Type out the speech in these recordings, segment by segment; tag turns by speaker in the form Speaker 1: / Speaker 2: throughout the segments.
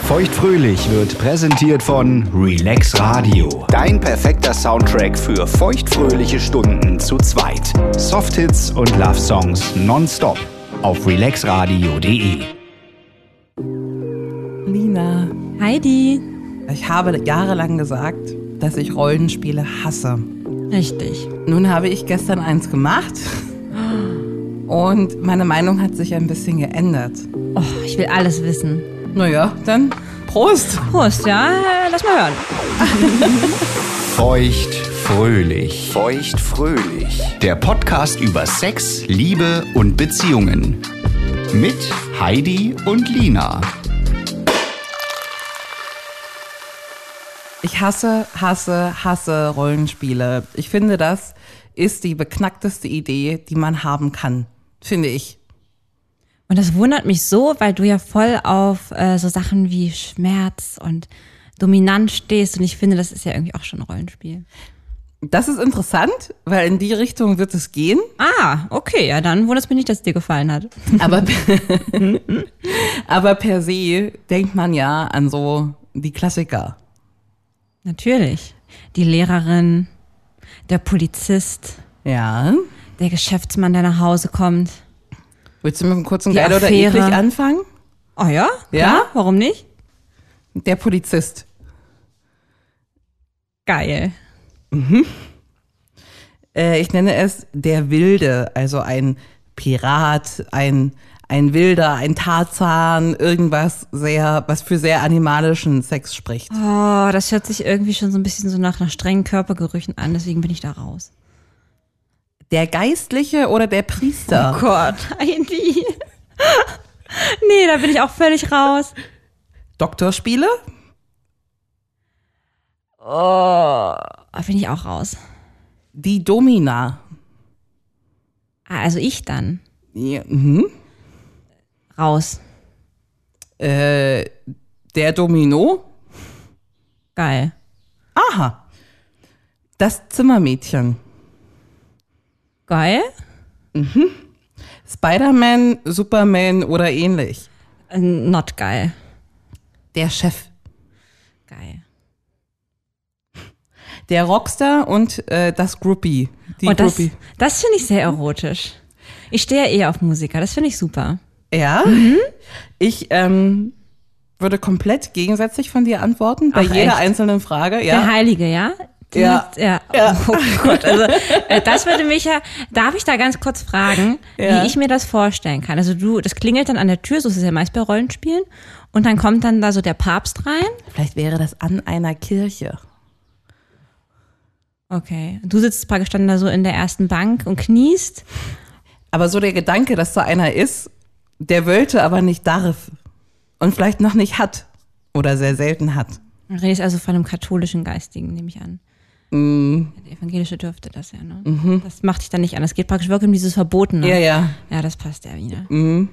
Speaker 1: Feuchtfröhlich wird präsentiert von Relax Radio. Dein perfekter Soundtrack für feuchtfröhliche Stunden zu zweit. Softhits und Love Songs nonstop auf relaxradio.de.
Speaker 2: Lina,
Speaker 3: Heidi.
Speaker 2: ich habe jahrelang gesagt, dass ich Rollenspiele hasse.
Speaker 3: Richtig.
Speaker 2: Nun habe ich gestern eins gemacht und meine Meinung hat sich ein bisschen geändert.
Speaker 3: Oh, ich will alles wissen.
Speaker 2: Naja, dann Prost!
Speaker 3: Prost, ja? Äh, Lass mal hören.
Speaker 1: Feuchtfröhlich. Feuchtfröhlich. Der Podcast über Sex, Liebe und Beziehungen. Mit Heidi und Lina.
Speaker 2: Ich hasse, hasse, hasse Rollenspiele. Ich finde, das ist die beknackteste Idee, die man haben kann. Finde ich.
Speaker 3: Und das wundert mich so, weil du ja voll auf äh, so Sachen wie Schmerz und Dominanz stehst. Und ich finde, das ist ja irgendwie auch schon ein Rollenspiel.
Speaker 2: Das ist interessant, weil in die Richtung wird es gehen.
Speaker 3: Ah, okay. Ja, dann wundert es mich nicht, dass es dir gefallen hat.
Speaker 2: Aber, aber per se denkt man ja an so die Klassiker.
Speaker 3: Natürlich. Die Lehrerin, der Polizist,
Speaker 2: Ja.
Speaker 3: der Geschäftsmann, der nach Hause kommt.
Speaker 2: Willst du mit einem kurzen
Speaker 3: Die
Speaker 2: Geil oder
Speaker 3: Affäre.
Speaker 2: eklig anfangen?
Speaker 3: Oh ja?
Speaker 2: Ja?
Speaker 3: Klar, warum nicht?
Speaker 2: Der Polizist.
Speaker 3: Geil.
Speaker 2: Äh, ich nenne es der Wilde, also ein Pirat, ein, ein Wilder, ein Tarzan, irgendwas sehr, was für sehr animalischen Sex spricht.
Speaker 3: Oh, das hört sich irgendwie schon so ein bisschen so nach, nach strengen Körpergerüchen an, deswegen bin ich da raus.
Speaker 2: Der Geistliche oder der
Speaker 3: Oh,
Speaker 2: Priester?
Speaker 3: Gott, Heidi. nee, da bin ich auch völlig raus.
Speaker 2: Doktorspiele?
Speaker 3: Oh, da bin ich auch raus.
Speaker 2: Die Domina.
Speaker 3: Ah, also ich dann
Speaker 2: Ja, mhm.
Speaker 3: raus.
Speaker 2: äh, der Domino?
Speaker 3: Geil.
Speaker 2: Aha. Das Zimmermädchen.
Speaker 3: Geil?
Speaker 2: Spider-Man, Superman oder ähnlich.
Speaker 3: Äh, Not geil.
Speaker 2: Der Chef.
Speaker 3: Geil.
Speaker 2: Der Rockstar und äh, das Groupie. Die
Speaker 3: Und das,
Speaker 2: Groupie.
Speaker 3: das finde ich sehr erotisch. Ich stehe ja eh auf Musiker, das finde ich super.
Speaker 2: Ja. Ich ähm, würde komplett gegensätzlich von dir antworten, bei
Speaker 3: Ach,
Speaker 2: jeder
Speaker 3: echt?
Speaker 2: einzelnen Frage.
Speaker 3: Der
Speaker 2: Ja.
Speaker 3: Heilige, ja?
Speaker 2: Ja.
Speaker 3: ja. Oh Gott, also äh, das würde mich ja, darf ich da ganz kurz fragen,
Speaker 2: Ja.
Speaker 3: wie ich mir das vorstellen kann? Also du, das klingelt dann an der Tür, so ist es ja meist bei Rollenspielen, und dann kommt dann da so der Papst rein.
Speaker 2: Vielleicht wäre das an einer Kirche.
Speaker 3: Okay. Du sitzt praktisch dann da so in der ersten Bank und kniest.
Speaker 2: Aber so der Gedanke, dass da einer ist, der wollte, aber nicht darf. Und vielleicht noch nicht hat. Oder sehr selten hat.
Speaker 3: Du redest also von einem katholischen Geistigen, nehme ich an.
Speaker 2: Mm.
Speaker 3: Der evangelische dürfte das ja, ne? Das macht dich dann nicht an. Das geht praktisch wirklich um dieses Verbotene.
Speaker 2: Mhm. Ja, ja.
Speaker 3: Ja, das passt ja wieder. Mhm.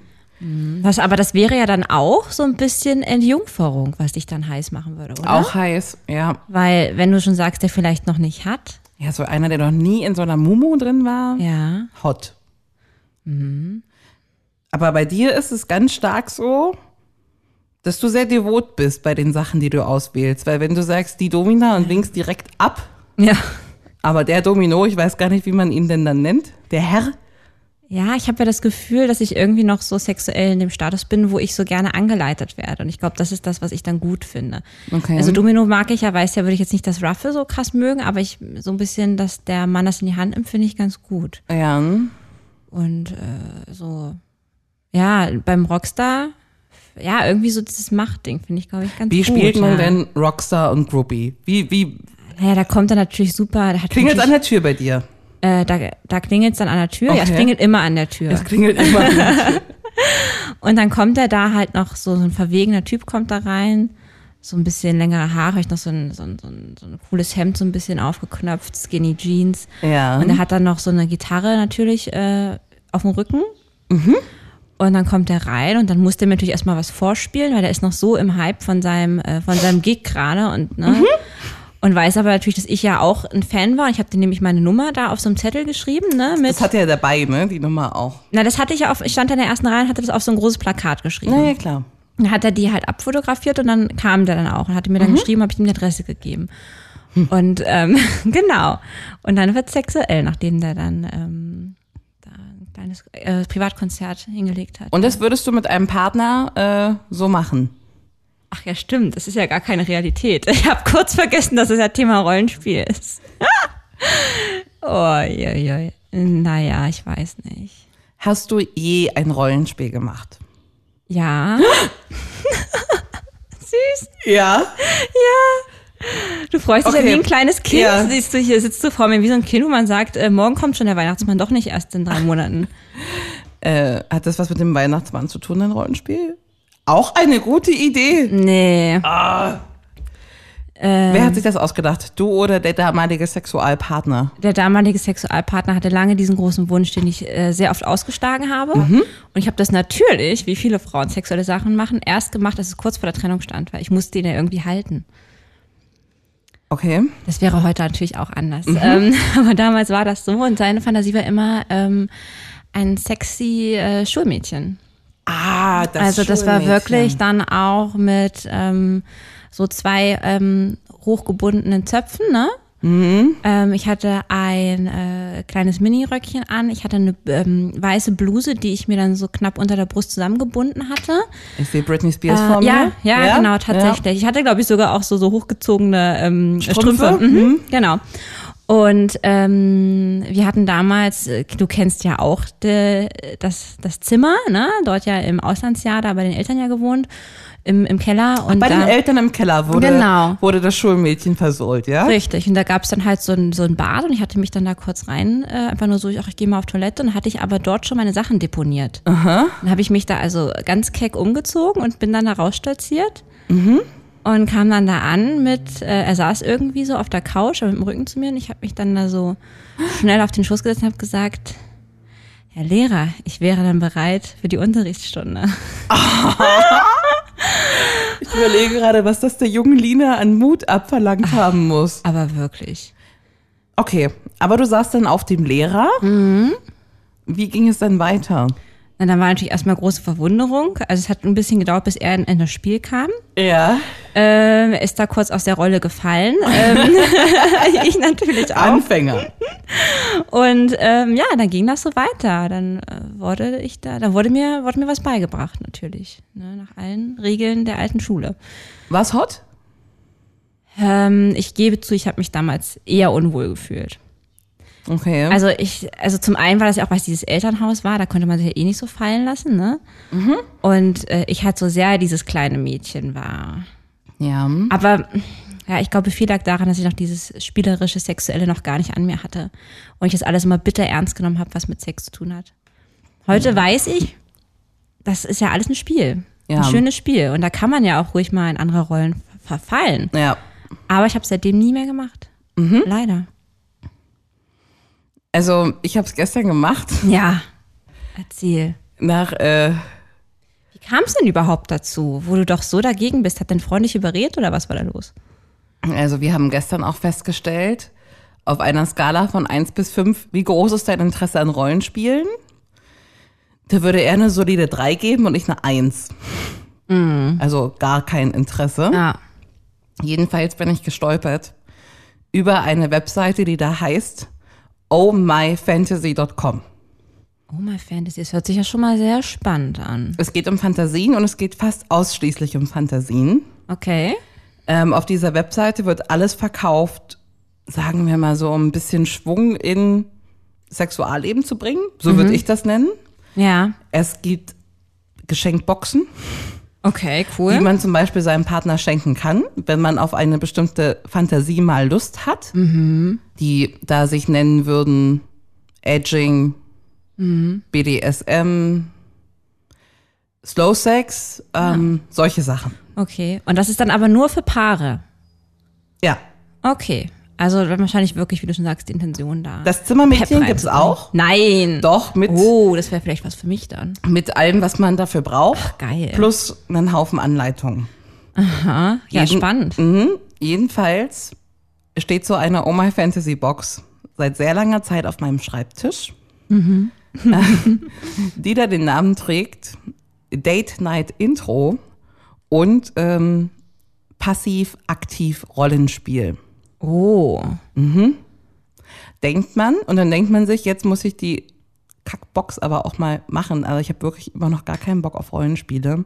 Speaker 3: Was, aber das wäre ja dann auch so ein bisschen Entjungferung, was dich dann heiß machen würde, oder?
Speaker 2: Auch heiß, ja.
Speaker 3: Weil, wenn du schon sagst, der vielleicht noch nicht hat,
Speaker 2: Ja, so einer, der noch nie in so einer Mumu drin war.
Speaker 3: ja.
Speaker 2: Hot. Mhm. Aber bei dir ist es ganz stark so, dass du sehr devot bist bei den Sachen, die du auswählst. Weil wenn du sagst, die Domina und winkst direkt ab,
Speaker 3: Ja.
Speaker 2: aber der Domino, ich weiß gar nicht, wie man ihn denn dann nennt, der Herr,
Speaker 3: Ja, ich habe ja das Gefühl, dass ich irgendwie noch so sexuell in dem Status bin, wo ich so gerne angeleitet werde. Und ich glaube, das ist das, was ich dann gut finde.
Speaker 2: Okay.
Speaker 3: Also Domino mag ich ja, weiß ja, würde ich jetzt nicht das Ruffle so krass mögen, aber ich so ein bisschen, dass der Mann das in die Hand nimmt, finde ich ganz gut.
Speaker 2: ja, hm?
Speaker 3: Und äh, so, ja, beim Rockstar, ja, irgendwie so dieses Machtding finde ich, glaube ich, ganz
Speaker 2: wie
Speaker 3: gut.
Speaker 2: spielt man
Speaker 3: ja.
Speaker 2: denn Rockstar und Groupie? Wie, wie
Speaker 3: Naja, da kommt er natürlich super. Da hat
Speaker 2: klingelt an
Speaker 3: natürlich-
Speaker 2: der Tür bei dir?
Speaker 3: äh, da, da klingelt es dann an der Tür. Ja, es
Speaker 2: Okay.
Speaker 3: klingelt immer an der Tür.
Speaker 2: Es klingelt immer.
Speaker 3: Und dann kommt er da halt noch so, so ein verwegener Typ kommt da rein, so ein bisschen längere Haare, ich noch so ein, so, ein, so, ein, so ein cooles Hemd so ein bisschen aufgeknöpft, Skinny Jeans.
Speaker 2: Ja.
Speaker 3: Und er hat dann noch so eine Gitarre natürlich äh, auf dem Rücken.
Speaker 2: Mhm.
Speaker 3: Und dann kommt er rein und dann muss der mir natürlich erstmal was vorspielen, weil der ist noch so im Hype von seinem, äh, von seinem Gig gerade und ne.
Speaker 2: Mhm.
Speaker 3: Und weiß aber natürlich, dass ich ja auch ein Fan war. Ich habe dir nämlich meine Nummer da auf so einem Zettel geschrieben, ne? Mit,
Speaker 2: Das hat er dabei, ne? Die Nummer auch.
Speaker 3: na, das hatte ich ja auf, ich stand da in der ersten Reihe und hatte das auf so ein großes Plakat geschrieben.
Speaker 2: Na ja, klar.
Speaker 3: Dann hat er die halt abfotografiert und dann kam der dann auch und hatte mir dann
Speaker 2: Mhm.
Speaker 3: geschrieben, habe ich ihm die Adresse gegeben. Und ähm, genau. Und dann wird sexuell, nachdem der dann ähm, da ein kleines äh, Privatkonzert hingelegt hat.
Speaker 2: Und das würdest du mit einem Partner äh, so machen?
Speaker 3: Ach ja, stimmt. Das ist ja gar keine Realität. Ich habe kurz vergessen, dass es ja Thema Rollenspiel ist. oh, je, je. Naja, ich weiß nicht.
Speaker 2: Hast du je ein Rollenspiel gemacht?
Speaker 3: Ja. Süß.
Speaker 2: Ja.
Speaker 3: Du freust dich
Speaker 2: Okay.
Speaker 3: ja wie ein kleines Kind.
Speaker 2: Ja.
Speaker 3: Siehst du hier, sitzt du vor mir wie so ein Kind, wo man sagt, äh, morgen kommt schon der Weihnachtsmann, doch nicht erst in drei Monaten.
Speaker 2: Äh, hat das was mit dem Weihnachtsmann zu tun, ein Rollenspiel? Auch eine gute Idee.
Speaker 3: Nee.
Speaker 2: Wer hat sich das ausgedacht? Du oder der damalige Sexualpartner?
Speaker 3: Der damalige Sexualpartner hatte lange diesen großen Wunsch, den ich äh, sehr oft ausgeschlagen habe. Und ich habe das natürlich, wie viele Frauen sexuelle Sachen machen, erst gemacht, als es kurz vor der Trennung stand, weil ich musste ihn ja irgendwie halten.
Speaker 2: Okay.
Speaker 3: Das wäre heute natürlich auch anders. Ähm, aber damals war das so und seine Fantasie war immer ähm, ein sexy äh, Schulmädchen.
Speaker 2: Ah, das
Speaker 3: also das war
Speaker 2: Schulmädchen.
Speaker 3: wirklich dann auch mit ähm, so zwei ähm, hochgebundenen Zöpfen, ne? Ähm, ich hatte ein äh, kleines Mini-Röckchen an, ich hatte eine ähm, weiße Bluse, die ich mir dann so knapp unter der Brust zusammengebunden hatte.
Speaker 2: Ich sehe Britney Spears
Speaker 3: Äh,
Speaker 2: vor mir.
Speaker 3: ja, ja, genau,
Speaker 2: Ja.
Speaker 3: tatsächlich. Ich hatte, glaube ich, sogar auch so, so hochgezogene ähm,
Speaker 2: Strümpfe?
Speaker 3: Strümpfe. Mhm, Genau. Und ähm, wir hatten damals, äh, du kennst ja auch de, das, das Zimmer, ne? Dort ja im Auslandsjahr, da bei den Eltern ja gewohnt, im, im Keller. Und
Speaker 2: Bei
Speaker 3: da,
Speaker 2: den Eltern im Keller wurde,
Speaker 3: Genau.
Speaker 2: wurde das Schulmädchen versohlt, ja?
Speaker 3: Richtig. Und da gab's dann halt so ein, so ein Bad und ich hatte mich dann da kurz rein, äh, einfach nur so, ich, ach, ich gehe mal auf Toilette und hatte ich aber dort schon meine Sachen deponiert. Dann habe ich mich da also ganz keck umgezogen und bin dann da rausstolziert. Und kam dann da an mit, äh, er saß irgendwie so auf der Couch, aber mit dem Rücken zu mir und ich habe mich dann da so schnell auf den Schoß gesetzt und habe gesagt, Herr Lehrer, ich wäre dann bereit für die Unterrichtsstunde.
Speaker 2: Ich überlege gerade, was das der jungen Lina an Mut abverlangt haben muss.
Speaker 3: Aber wirklich.
Speaker 2: Okay, aber du saßt dann auf dem Lehrer.
Speaker 3: Mhm.
Speaker 2: Wie ging es dann weiter?
Speaker 3: Und dann war natürlich erstmal große Verwunderung. Also es hat ein bisschen gedauert, bis er in, in das Spiel kam.
Speaker 2: Ja.
Speaker 3: Ähm, ist da kurz aus der Rolle gefallen. Ähm, ich natürlich auch.
Speaker 2: Anfänger.
Speaker 3: Und ähm, ja, dann ging das so weiter. Dann äh, wurde ich da, dann wurde mir, wurde mir was beigebracht, natürlich. Ne, nach allen Regeln der alten Schule.
Speaker 2: War's hot?
Speaker 3: Ähm, ich gebe zu, ich habe mich damals eher unwohl gefühlt.
Speaker 2: Okay.
Speaker 3: Also ich, also zum einen war das ja auch, weil es dieses Elternhaus war, da konnte man sich ja eh nicht so fallen lassen, ne? Und äh, ich halt so sehr dieses kleine Mädchen war.
Speaker 2: ja.
Speaker 3: Aber ja, ich glaube, viel lag daran, dass ich noch dieses spielerische, sexuelle noch gar nicht an mir hatte. Und ich das alles immer bitter ernst genommen habe, was mit Sex zu tun hat. Heute weiß ich, das ist ja alles ein Spiel.
Speaker 2: Ja.
Speaker 3: Ein schönes Spiel. Und da kann man ja auch ruhig mal in andere Rollen ver- verfallen.
Speaker 2: Ja.
Speaker 3: Aber ich habe seitdem nie mehr gemacht. Leider.
Speaker 2: Also, ich habe es gestern gemacht.
Speaker 3: Ja. Erzähl.
Speaker 2: Nach, äh,
Speaker 3: Wie kam es denn überhaupt dazu, wo du doch so dagegen bist? Hat dein Freund dich überredet oder was war da los?
Speaker 2: also wir haben gestern auch festgestellt, auf einer Skala von 1 bis 5, wie groß ist dein Interesse an Rollenspielen? Da würde er eine solide 3 geben und ich eine 1. Also gar kein Interesse.
Speaker 3: Ja.
Speaker 2: Jedenfalls bin ich gestolpert über eine Webseite, die da heißt ohmyfantasy.com.
Speaker 3: Oh, my Fantasy, es hört sich ja schon mal sehr spannend an.
Speaker 2: Es geht um Fantasien und es geht fast ausschließlich um Fantasien.
Speaker 3: Okay.
Speaker 2: Ähm, auf dieser Webseite wird alles verkauft, sagen wir mal so, um ein bisschen Schwung in Sexualleben zu bringen. So
Speaker 3: Mhm.
Speaker 2: würde ich das nennen.
Speaker 3: Ja.
Speaker 2: Es gibt Geschenkboxen,
Speaker 3: Okay, cool.
Speaker 2: die man zum Beispiel seinem Partner schenken kann, wenn man auf eine bestimmte Fantasie mal Lust hat,
Speaker 3: Mhm.
Speaker 2: die da sich nennen würden Edging,
Speaker 3: Mhm.
Speaker 2: BDSM, Slow Sex, ähm,
Speaker 3: Ah.
Speaker 2: solche Sachen.
Speaker 3: okay. Und das ist dann aber nur für Paare.
Speaker 2: Ja,
Speaker 3: Okay. Also dann wahrscheinlich wirklich, wie du schon sagst, die Intention da.
Speaker 2: das Zimmermädchen
Speaker 3: Pep
Speaker 2: gibt's
Speaker 3: reinzubringen.
Speaker 2: auch.
Speaker 3: Nein.
Speaker 2: Doch, mit,
Speaker 3: Oh, das wäre vielleicht was für mich dann.
Speaker 2: mit allem, was man dafür braucht,
Speaker 3: Geil.
Speaker 2: plus einen Haufen Anleitungen.
Speaker 3: Aha. Ja,
Speaker 2: Jeden-
Speaker 3: spannend.
Speaker 2: Mhm. Jedenfalls steht so eine Oh My Fantasy Box seit sehr langer Zeit auf meinem Schreibtisch,
Speaker 3: Mhm.
Speaker 2: die da den Namen trägt Date Night Intro und ähm, passiv-aktiv Rollenspiel.
Speaker 3: Oh.
Speaker 2: Denkt man und dann denkt man sich, jetzt muss ich die Kackbox aber auch mal machen. Also ich habe wirklich immer noch gar keinen Bock auf Rollenspiele.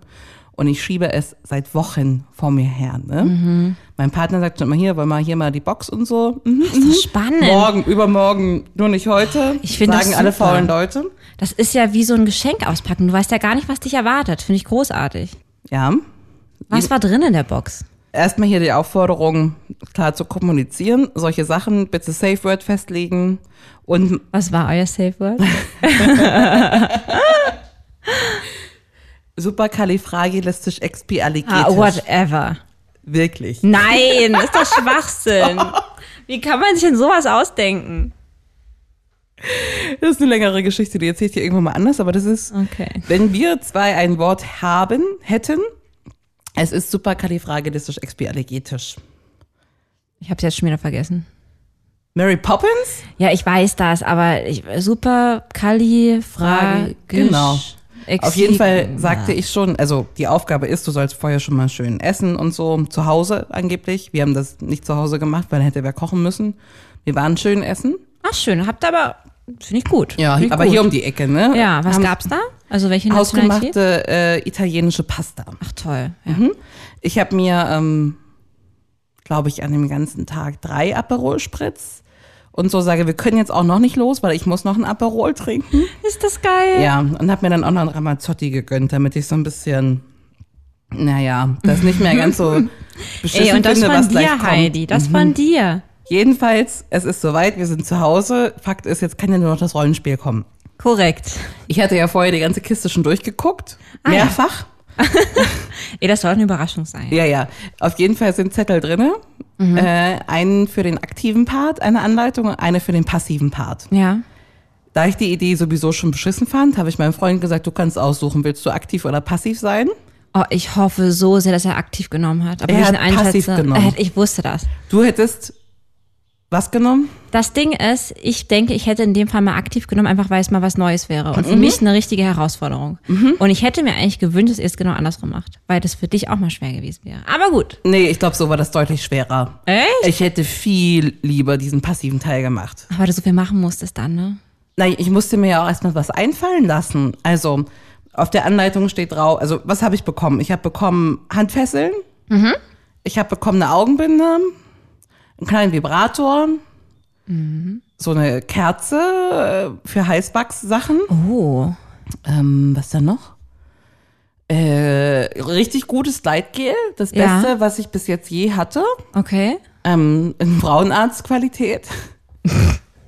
Speaker 2: Und ich schiebe es seit Wochen vor mir her. Ne?
Speaker 3: Mhm.
Speaker 2: Mein Partner sagt schon immer hier, wollen wir hier mal die Box und so. Mhm,
Speaker 3: Das ist spannend.
Speaker 2: Morgen, übermorgen, nur nicht heute.
Speaker 3: Ich find das
Speaker 2: sagen alle
Speaker 3: super.
Speaker 2: faulen Leute.
Speaker 3: Das ist ja wie so ein Geschenk auspacken. Du weißt ja gar nicht, was dich erwartet. Finde ich großartig.
Speaker 2: Ja.
Speaker 3: Was war drin in der Box?
Speaker 2: Erstmal hier die Aufforderung, klar zu kommunizieren. Solche Sachen, bitte Safe Word festlegen. Und
Speaker 3: Was war euer Safe Word?
Speaker 2: superkalifragilistisch expialigetisch.
Speaker 3: Ah, whatever.
Speaker 2: Wirklich.
Speaker 3: Nein, ist doch Schwachsinn. Wie kann man sich denn sowas ausdenken?
Speaker 2: Das ist eine längere Geschichte, die erzähle ich dir irgendwann mal anders, aber das ist,
Speaker 3: Okay.
Speaker 2: wenn wir zwei ein Wort haben, hätten, es ist superkalifragilistisch expialigetisch.
Speaker 3: Ich hab's jetzt schon wieder vergessen.
Speaker 2: Mary Poppins?
Speaker 3: Ja, ich weiß das, aber ich, super Kali Frage.
Speaker 2: Genau. Auf jeden Fall sagte ich schon, also die Aufgabe ist, du sollst vorher schon mal schön essen und so, zu Hause angeblich. Wir haben das nicht zu Hause gemacht, weil dann hätte wer kochen müssen. Wir waren schön essen.
Speaker 3: Ach schön, habt ihr aber finde ich gut. Find ich
Speaker 2: aber
Speaker 3: gut.
Speaker 2: hier um die Ecke, ne?
Speaker 3: Ja, was
Speaker 2: haben
Speaker 3: gab's da? Also welche Nationalität?
Speaker 2: Hausgemachte Mhm. äh, italienische Pasta.
Speaker 3: Ach toll. Ja.
Speaker 2: Ich habe mir, ähm, glaube ich, an dem ganzen Tag drei Aperol Spritz und so sage, wir können jetzt auch noch nicht los, weil ich muss noch ein Aperol trinken.
Speaker 3: Ist das geil?
Speaker 2: Ja, und habe mir dann auch noch einen Ramazzotti gegönnt, damit ich so ein bisschen, naja, das nicht mehr ganz so beschissen
Speaker 3: Ey, und das
Speaker 2: finde, was
Speaker 3: von
Speaker 2: gleich
Speaker 3: dir,
Speaker 2: kommt. Mhm.
Speaker 3: Heidi. Das von dir.
Speaker 2: Jedenfalls, es ist soweit, wir sind zu Hause. Fakt ist, jetzt kann ja nur noch das Rollenspiel kommen.
Speaker 3: Korrekt.
Speaker 2: Ich hatte ja vorher die ganze Kiste schon durchgeguckt,
Speaker 3: Ah, ja.
Speaker 2: mehrfach.
Speaker 3: Ey, das soll eine Überraschung sein.
Speaker 2: Ja, ja. Auf jeden Fall sind Zettel drinne. Äh, einen für den aktiven Part, eine Anleitung, und eine für den passiven Part.
Speaker 3: Ja.
Speaker 2: Da ich die Idee sowieso schon beschissen fand, habe ich meinem Freund gesagt, du kannst aussuchen, willst du aktiv oder passiv sein?
Speaker 3: Oh, ich hoffe so sehr, dass er aktiv genommen hat. Aber
Speaker 2: Er
Speaker 3: wie ich
Speaker 2: hat
Speaker 3: ihn einschätze-
Speaker 2: passiv genommen.
Speaker 3: Er hat- Ich wusste das.
Speaker 2: Du hättest was genommen?
Speaker 3: Das Ding ist, ich denke, ich hätte in dem Fall mal aktiv genommen, einfach weil es mal was Neues wäre. Und für mich eine richtige Herausforderung. Und ich hätte mir eigentlich gewünscht, dass ihr es genau andersrum macht, weil das für dich auch mal schwer gewesen wäre. Aber gut.
Speaker 2: Nee, ich glaube, so war das deutlich schwerer.
Speaker 3: Echt?
Speaker 2: Ich hätte viel lieber diesen passiven Teil gemacht.
Speaker 3: Aber du so viel machen musstest dann, ne?
Speaker 2: Nein, ich musste mir ja auch erstmal was einfallen lassen. Also, auf der Anleitung steht drauf, also, was habe ich bekommen? Ich habe bekommen Handfesseln.
Speaker 3: Mhm.
Speaker 2: Ich habe bekommen eine Augenbinde, einen kleinen Vibrator,
Speaker 3: Mhm.
Speaker 2: so eine Kerze äh, für Heißwachs-Sachen.
Speaker 3: Oh.
Speaker 2: Ähm, was dann noch? Äh, richtig gutes Gleitgel, das
Speaker 3: Ja.
Speaker 2: Beste, was ich bis jetzt je hatte.
Speaker 3: Okay.
Speaker 2: Ähm, in Frauenarztqualität.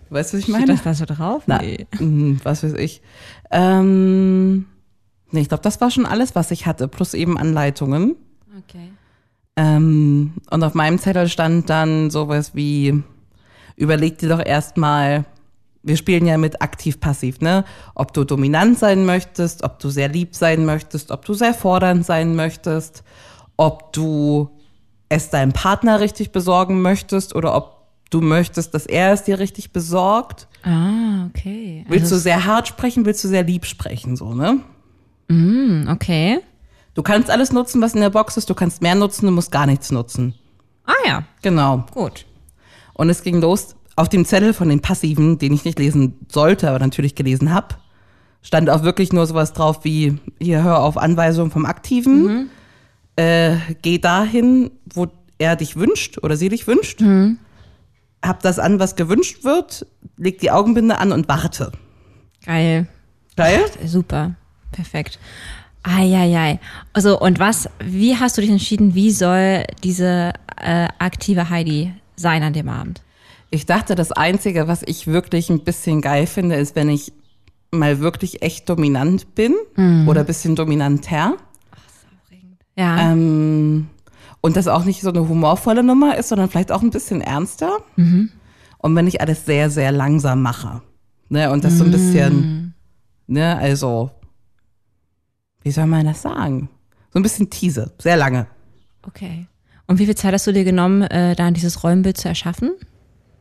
Speaker 2: weißt du, was ich meine?
Speaker 3: da so drauf?
Speaker 2: Na,
Speaker 3: Nee.
Speaker 2: mm, was weiß ich. Ähm, nee, ich glaube, das war schon alles, was ich hatte, plus eben Anleitungen.
Speaker 3: Okay.
Speaker 2: Ähm, und auf meinem Zettel stand dann sowas wie, überleg dir doch erstmal, wir spielen ja mit aktiv-passiv, ne? Ob du dominant sein möchtest, ob du sehr lieb sein möchtest, ob du sehr fordernd sein möchtest, ob du es deinem Partner richtig besorgen möchtest oder ob du möchtest, dass er es dir richtig besorgt.
Speaker 3: Ah, okay.
Speaker 2: Willst du sehr hart sprechen, willst du sehr lieb sprechen, so, ne?
Speaker 3: Hm, Okay.
Speaker 2: Du kannst alles nutzen, was in der Box ist, du kannst mehr nutzen, du musst gar nichts nutzen.
Speaker 3: Ah ja,
Speaker 2: Genau.
Speaker 3: gut.
Speaker 2: Und es ging los, auf dem Zettel von den Passiven, den ich nicht lesen sollte, aber natürlich gelesen habe, stand auch wirklich nur sowas drauf wie, hier hör auf Anweisungen vom Aktiven, äh, geh dahin, wo er dich wünscht oder sie dich wünscht, hab das an, was gewünscht wird, leg die Augenbinde an und warte.
Speaker 3: Geil.
Speaker 2: Geil?
Speaker 3: Super. Perfekt. Eieiei. Also, und was, wie hast du dich entschieden, wie soll diese äh, aktive Heidi sein an dem Abend?
Speaker 2: Ich dachte, das Einzige, was ich wirklich ein bisschen geil finde, ist, wenn ich mal wirklich echt dominant bin oder ein bisschen dominanter.
Speaker 3: Ja.
Speaker 2: Ähm, und das auch nicht so eine humorvolle Nummer ist, sondern vielleicht auch ein bisschen ernster. Und wenn ich alles sehr, sehr langsam mache. Ne? Und das so ein bisschen, ne, also, wie soll man das sagen? So ein bisschen tease, sehr lange.
Speaker 3: Okay. Und wie viel Zeit hast du dir genommen, äh, da dieses Rollenbild zu erschaffen?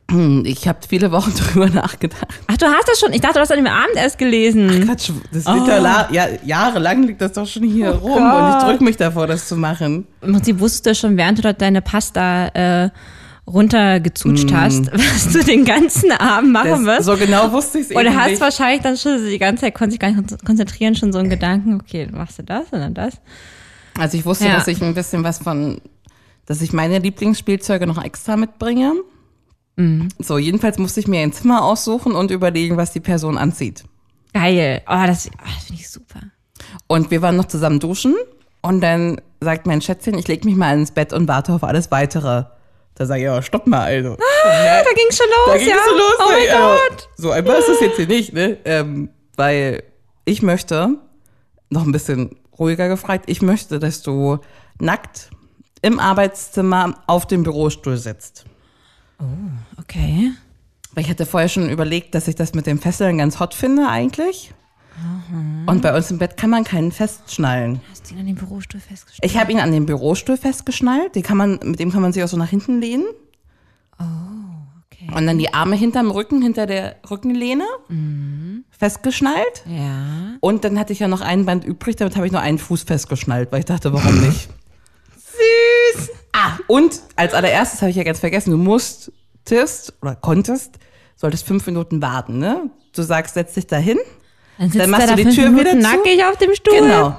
Speaker 2: Hm, Ich habe viele Wochen drüber nachgedacht.
Speaker 3: Ach, du hast das schon. Ich dachte, du hast an dem Abend erst gelesen.
Speaker 2: Quatsch, das liegt
Speaker 3: Ah.
Speaker 2: ja la- ja, jahrelang liegt das doch schon hier
Speaker 3: Oh
Speaker 2: rum und ich drücke mich davor, das zu machen.
Speaker 3: Im Prinzip wusstest du schon, während du dort deine Pasta äh, runtergezutscht hast, was du den ganzen Abend
Speaker 2: Mhm. Das,
Speaker 3: machen wirst.
Speaker 2: so genau wusste ich es
Speaker 3: Oder
Speaker 2: eben
Speaker 3: Ah, hast
Speaker 2: nicht.
Speaker 3: wahrscheinlich dann schon die ganze Zeit, konntest dich gar nicht konzentrieren, schon
Speaker 2: Äh.
Speaker 3: so einen Gedanken, okay, machst du das und dann das.
Speaker 2: Also ich wusste,
Speaker 3: Ja.
Speaker 2: dass ich ein bisschen was von, dass ich meine Lieblingsspielzeuge noch extra mitbringe.
Speaker 3: Mhm.
Speaker 2: So, jedenfalls musste ich mir ein Zimmer aussuchen und überlegen, was die Person anzieht.
Speaker 3: Geil. Oh, das, oh, das finde ich super.
Speaker 2: Und wir waren noch zusammen duschen und dann sagt mein Schätzchen, ich leg mich mal ins Bett und warte auf alles weitere. Da sage ich, ja, stopp mal, also.
Speaker 3: Ah, da ging's schon los,
Speaker 2: Da ging
Speaker 3: ja.
Speaker 2: es so los.
Speaker 3: oh mein
Speaker 2: ey, aber
Speaker 3: Gott.
Speaker 2: So einfach ist es jetzt hier nicht, ne? Ähm, weil ich möchte, noch ein bisschen ruhiger gefragt, ich möchte, dass du nackt im Arbeitszimmer auf dem Bürostuhl sitzt.
Speaker 3: Okay.
Speaker 2: Weil ich hatte vorher schon überlegt, dass ich das mit den Fesseln ganz hot finde eigentlich. Und bei uns im Bett kann man keinen festschnallen.
Speaker 3: Hast du ihn an dem Bürostuhl festgestellt?
Speaker 2: Ich habe ihn an den Bürostuhl festgeschnallt. Den kann man, mit dem kann man sich auch so nach hinten lehnen.
Speaker 3: Oh, Okay.
Speaker 2: Und dann die Arme hinterm Rücken, hinter der Rückenlehne
Speaker 3: Mhm.
Speaker 2: festgeschnallt.
Speaker 3: Ja.
Speaker 2: Und dann hatte ich ja noch ein Band übrig, damit habe ich nur einen Fuß festgeschnallt, weil ich dachte, warum nicht?
Speaker 3: Süß.
Speaker 2: ah, und als allererstes habe ich ja ganz vergessen, du musstest oder konntest, solltest fünf Minuten warten, ne? Du sagst, setz dich dahin.
Speaker 3: Dann sitzt
Speaker 2: Dann machst
Speaker 3: er da
Speaker 2: du die
Speaker 3: fünf
Speaker 2: Tür
Speaker 3: Minuten
Speaker 2: wieder zu.
Speaker 3: nackig auf dem Stuhl.
Speaker 2: Genau.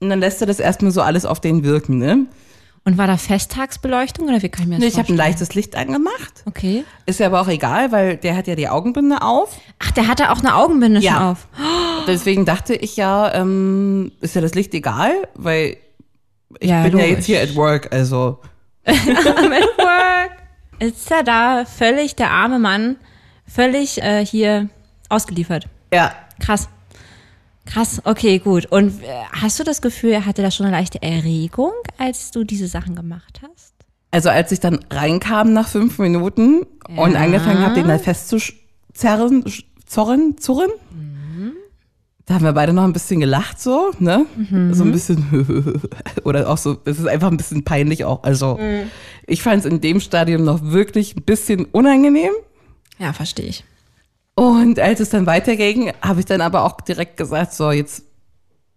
Speaker 2: Und dann lässt du das erstmal so alles auf den wirken, ne?
Speaker 3: Und war da Festtagsbeleuchtung oder wie kann ich mir das
Speaker 2: Nee, ich habe ein
Speaker 3: vorstellen?
Speaker 2: leichtes Licht angemacht.
Speaker 3: Okay.
Speaker 2: Ist ja aber auch egal, weil der hat ja die Augenbinde auf.
Speaker 3: Ach, der hatte auch eine Augenbinde schon
Speaker 2: Ja.
Speaker 3: auf.
Speaker 2: Deswegen dachte ich ja, ähm, ist ja das Licht egal, weil ich
Speaker 3: Ja,
Speaker 2: bin ja
Speaker 3: logisch.
Speaker 2: jetzt hier at work, also.
Speaker 3: Mit Work. Ist er da völlig, der arme Mann, völlig äh, hier ausgeliefert.
Speaker 2: Ja,
Speaker 3: Krass. Krass, okay, gut. Und äh, hast du das Gefühl, er hatte da schon eine leichte Erregung, als du diese Sachen gemacht hast?
Speaker 2: Also als ich dann reinkam nach fünf Minuten und angefangen habe, den da festzuzerren, sch- zorren, zurren,
Speaker 3: Mhm.
Speaker 2: da haben wir beide noch ein bisschen gelacht so, ne?
Speaker 3: Mhm.
Speaker 2: So ein bisschen oder auch so, es ist einfach ein bisschen peinlich auch. Also
Speaker 3: Mhm.
Speaker 2: ich fand es in dem Stadium noch wirklich ein bisschen unangenehm.
Speaker 3: Ja, verstehe ich.
Speaker 2: Und als es dann weiterging, habe ich dann aber auch direkt gesagt, so jetzt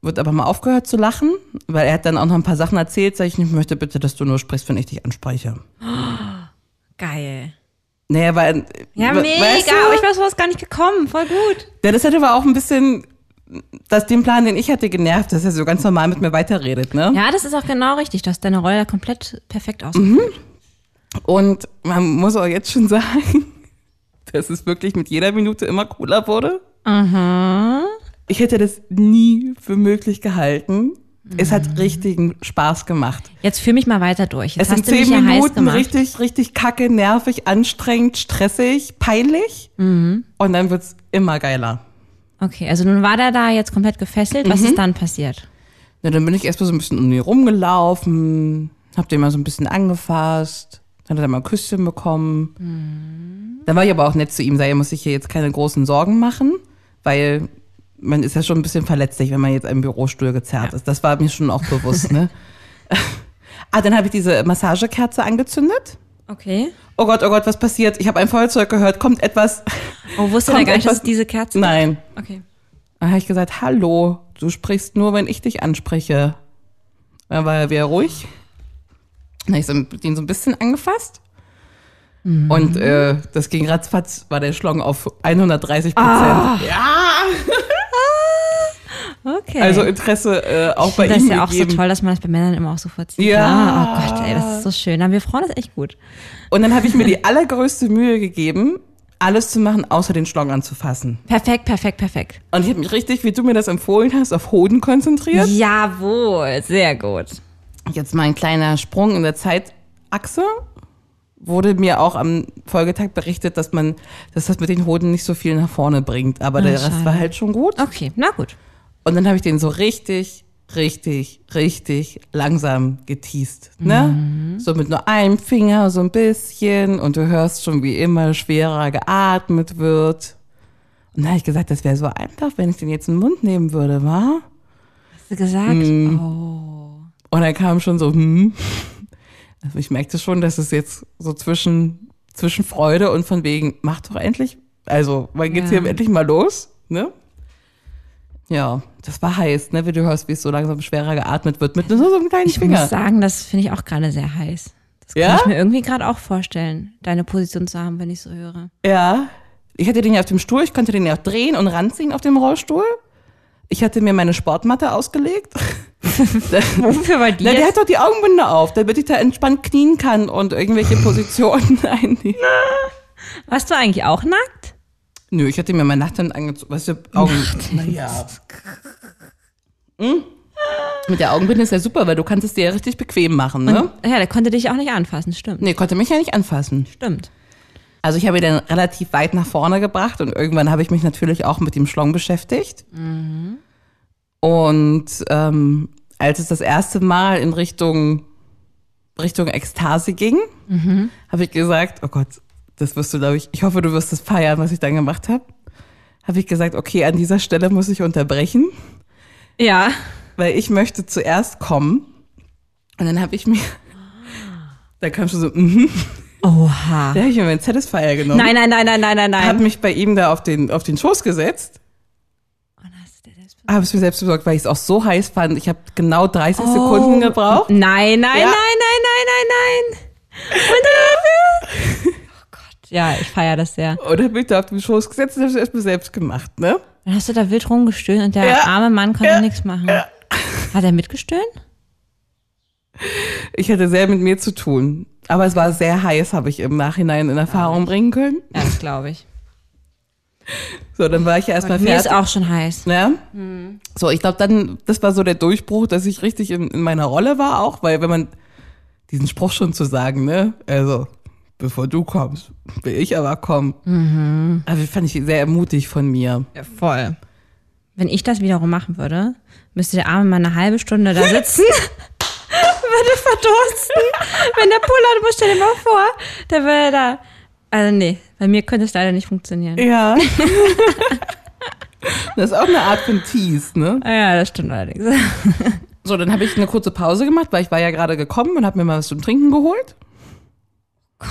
Speaker 2: wird aber mal aufgehört zu lachen, weil er hat dann auch noch ein paar Sachen erzählt, sag ich, ich möchte bitte, dass du nur sprichst, wenn ich dich anspreche.
Speaker 3: Geil.
Speaker 2: Naja, weil.
Speaker 3: Ja,
Speaker 2: we-
Speaker 3: mega.
Speaker 2: weißt du?
Speaker 3: Aber ich weiß, was gar nicht gekommen. Voll gut.
Speaker 2: Ja, das hätte aber auch ein bisschen das, den Plan, den ich hatte, genervt, dass er so ganz normal mit mir weiterredet, ne?
Speaker 3: Ja, das ist auch genau richtig. Du hast deine Rolle da komplett perfekt ausgefüllt.
Speaker 2: Und man muss auch jetzt schon sagen, dass es wirklich mit jeder Minute immer cooler wurde.
Speaker 3: Aha.
Speaker 2: Ich hätte das nie für möglich gehalten. Es
Speaker 3: Mhm.
Speaker 2: hat richtigen Spaß gemacht.
Speaker 3: Jetzt führ mich mal weiter durch. Jetzt
Speaker 2: es sind
Speaker 3: hast du mich
Speaker 2: zehn
Speaker 3: ja heiß
Speaker 2: Minuten
Speaker 3: gemacht.
Speaker 2: richtig, richtig kacke, nervig, anstrengend, stressig, peinlich.
Speaker 3: Mhm.
Speaker 2: Und dann wird's immer geiler.
Speaker 3: Okay, also nun war der da jetzt komplett gefesselt. Was ist dann passiert?
Speaker 2: Na, dann bin ich erstmal so ein bisschen um die rumgelaufen, hab den mal so ein bisschen angefasst, dann hat er mal ein Küsschen bekommen.
Speaker 3: Mhm.
Speaker 2: Dann war ich aber auch nett zu ihm, sei er muss sich hier jetzt keine großen Sorgen machen, weil man ist ja schon ein bisschen verletzlich, wenn man jetzt im Bürostuhl gezerrt ist. Das war mir schon auch bewusst, ne? ah, dann habe ich diese Massagekerze angezündet.
Speaker 3: Okay.
Speaker 2: Oh Gott, oh Gott, was passiert? Ich habe ein Feuerzeug gehört, kommt etwas.
Speaker 3: Oh, wusste
Speaker 2: Kommt
Speaker 3: der gar nicht, dass
Speaker 2: etwas-
Speaker 3: es diese Kerze
Speaker 2: Nein.
Speaker 3: Okay.
Speaker 2: Dann habe ich gesagt, hallo, du sprichst nur, wenn ich dich anspreche. Dann war er wieder ruhig. Dann habe ich so, den so ein bisschen angefasst.
Speaker 3: Mhm.
Speaker 2: Und äh, das ging ratzfatz, war der Schlong auf 130 Prozent.
Speaker 3: Ah, Okay.
Speaker 2: Also Interesse äh, auch
Speaker 3: Ich
Speaker 2: bei
Speaker 3: finde das
Speaker 2: ihm
Speaker 3: ist ja auch
Speaker 2: gegeben.
Speaker 3: so toll, dass man das bei Männern immer auch so vollzieht.
Speaker 2: Ja.
Speaker 3: Ah, Oh Gott, ey, das ist so schön. Aber wir Frauen ist echt gut.
Speaker 2: Und dann habe ich mir die allergrößte Mühe gegeben, alles zu machen, außer den Schlong anzufassen.
Speaker 3: Perfekt, perfekt, perfekt.
Speaker 2: Und ich habe mich richtig, wie du mir das empfohlen hast, auf Hoden konzentriert.
Speaker 3: Jawohl, sehr gut.
Speaker 2: jetzt mal ein kleiner Sprung in der Zeitachse. Wurde mir auch am Folgetag berichtet, dass man, dass das mit den Hoden nicht so viel nach vorne bringt. Aber der Rest
Speaker 3: schade.
Speaker 2: war halt schon gut.
Speaker 3: Okay, na gut.
Speaker 2: Und dann habe ich den so richtig, richtig, richtig langsam geteased. Ne? So mit nur einem Finger, so ein bisschen. Und du hörst schon, wie immer schwerer geatmet wird. Und dann habe ich gesagt, das wäre so einfach, wenn ich den jetzt in den Mund nehmen würde, wa?
Speaker 3: Hast du gesagt? Oh,
Speaker 2: Und dann kam schon so, hm. Also ich merkte schon, dass es jetzt so zwischen zwischen Freude und von wegen, mach doch endlich, also wann geht's
Speaker 3: Ja.
Speaker 2: hier endlich mal los, ne? Ja, das war heiß, ne? Wie du hörst, wie es so langsam schwerer geatmet wird mit nur so einem kleinen
Speaker 3: Ich
Speaker 2: Finger.
Speaker 3: muss sagen, das finde ich auch gerade sehr heiß. Das
Speaker 2: Ja?
Speaker 3: kann ich mir irgendwie gerade auch vorstellen, deine Position zu haben, wenn ich so höre.
Speaker 2: Ja. Ich hatte den ja auf dem Stuhl, ich konnte den ja auch drehen und ranziehen auf dem Rollstuhl. Ich hatte mir meine Sportmatte ausgelegt.
Speaker 3: Wofür war die
Speaker 2: Na, der
Speaker 3: jetzt?
Speaker 2: hat doch die Augenbinde auf, damit ich da entspannt knien kann und irgendwelche Positionen einnehmen.
Speaker 3: Warst du eigentlich auch nackt?
Speaker 2: Nö, ich hatte mir mein Nachthemd angezogen. Weißt du, Augen. Naja. Hm? Mit der Augenbinde ist ja super, weil du kannst es dir ja richtig bequem machen, ne?
Speaker 3: Ja, der konnte dich auch nicht anfassen, stimmt.
Speaker 2: Nee, konnte mich ja nicht anfassen.
Speaker 3: Stimmt.
Speaker 2: Also ich habe ihn dann relativ weit nach vorne gebracht und irgendwann habe ich mich natürlich auch mit dem Schlong beschäftigt. Und ähm, als es das erste Mal in Richtung, Richtung Ekstase ging, habe ich gesagt, oh Gott, das wirst du, glaube ich, ich hoffe, du wirst es feiern, was ich dann gemacht habe. Habe ich gesagt, okay, an dieser Stelle muss ich unterbrechen
Speaker 3: Ja.
Speaker 2: weil ich möchte zuerst kommen. Und dann habe ich mir, da kam schon so, mhm,
Speaker 3: Oha.
Speaker 2: da habe ich mir meinen Satisfier genommen.
Speaker 3: Nein, nein, nein, nein, nein, nein,
Speaker 2: Habe
Speaker 3: nein.
Speaker 2: mich bei ihm da auf den, auf den Schoß gesetzt, habe es mir selbst besorgt, weil ich es auch so heiß fand. Ich habe genau 30
Speaker 3: Oh.
Speaker 2: Sekunden gebraucht.
Speaker 3: Nein, nein, nein, nein, nein,
Speaker 2: Ja.
Speaker 3: nein, nein. Und dafür? Oh Gott. Ja, ich feiere das sehr.
Speaker 2: Und habe mich da auf den Schoß gesetzt und habe es erstmal selbst gemacht, ne?
Speaker 3: Dann hast du da wild rumgestöhnt und der
Speaker 2: Ja.
Speaker 3: arme Mann konnte nichts machen. Hat er mitgestöhnt?
Speaker 2: Ich hatte sehr mit mir zu tun. Aber es war sehr heiß, habe ich im Nachhinein in Erfahrung bringen können.
Speaker 3: Ja, das glaube ich.
Speaker 2: So, dann war ich ja erstmal
Speaker 3: Mir ist
Speaker 2: fertig.
Speaker 3: auch schon heiß.
Speaker 2: Ne? So, ich glaube, dann, das war so der Durchbruch, dass ich richtig in, in meiner Rolle war auch, weil wenn man diesen Spruch schon zu sagen, ne, also, bevor du kommst, will ich aber kommen. Also, fand ich sehr ermutigt von mir.
Speaker 3: Ja, voll. Wenn ich das wiederum machen würde, müsste der arme Mann eine halbe Stunde da sitzen. würde verdursten. Wenn der Puller, du musst dir den mal vor, der würde da. Also nee, bei mir könnte es leider nicht funktionieren.
Speaker 2: Ja. das ist auch eine Art von Tease, ne?
Speaker 3: Ah Ja, das stimmt allerdings.
Speaker 2: So, dann habe ich eine kurze Pause gemacht, weil ich war ja gerade gekommen und habe mir mal was zum Trinken geholt. Dann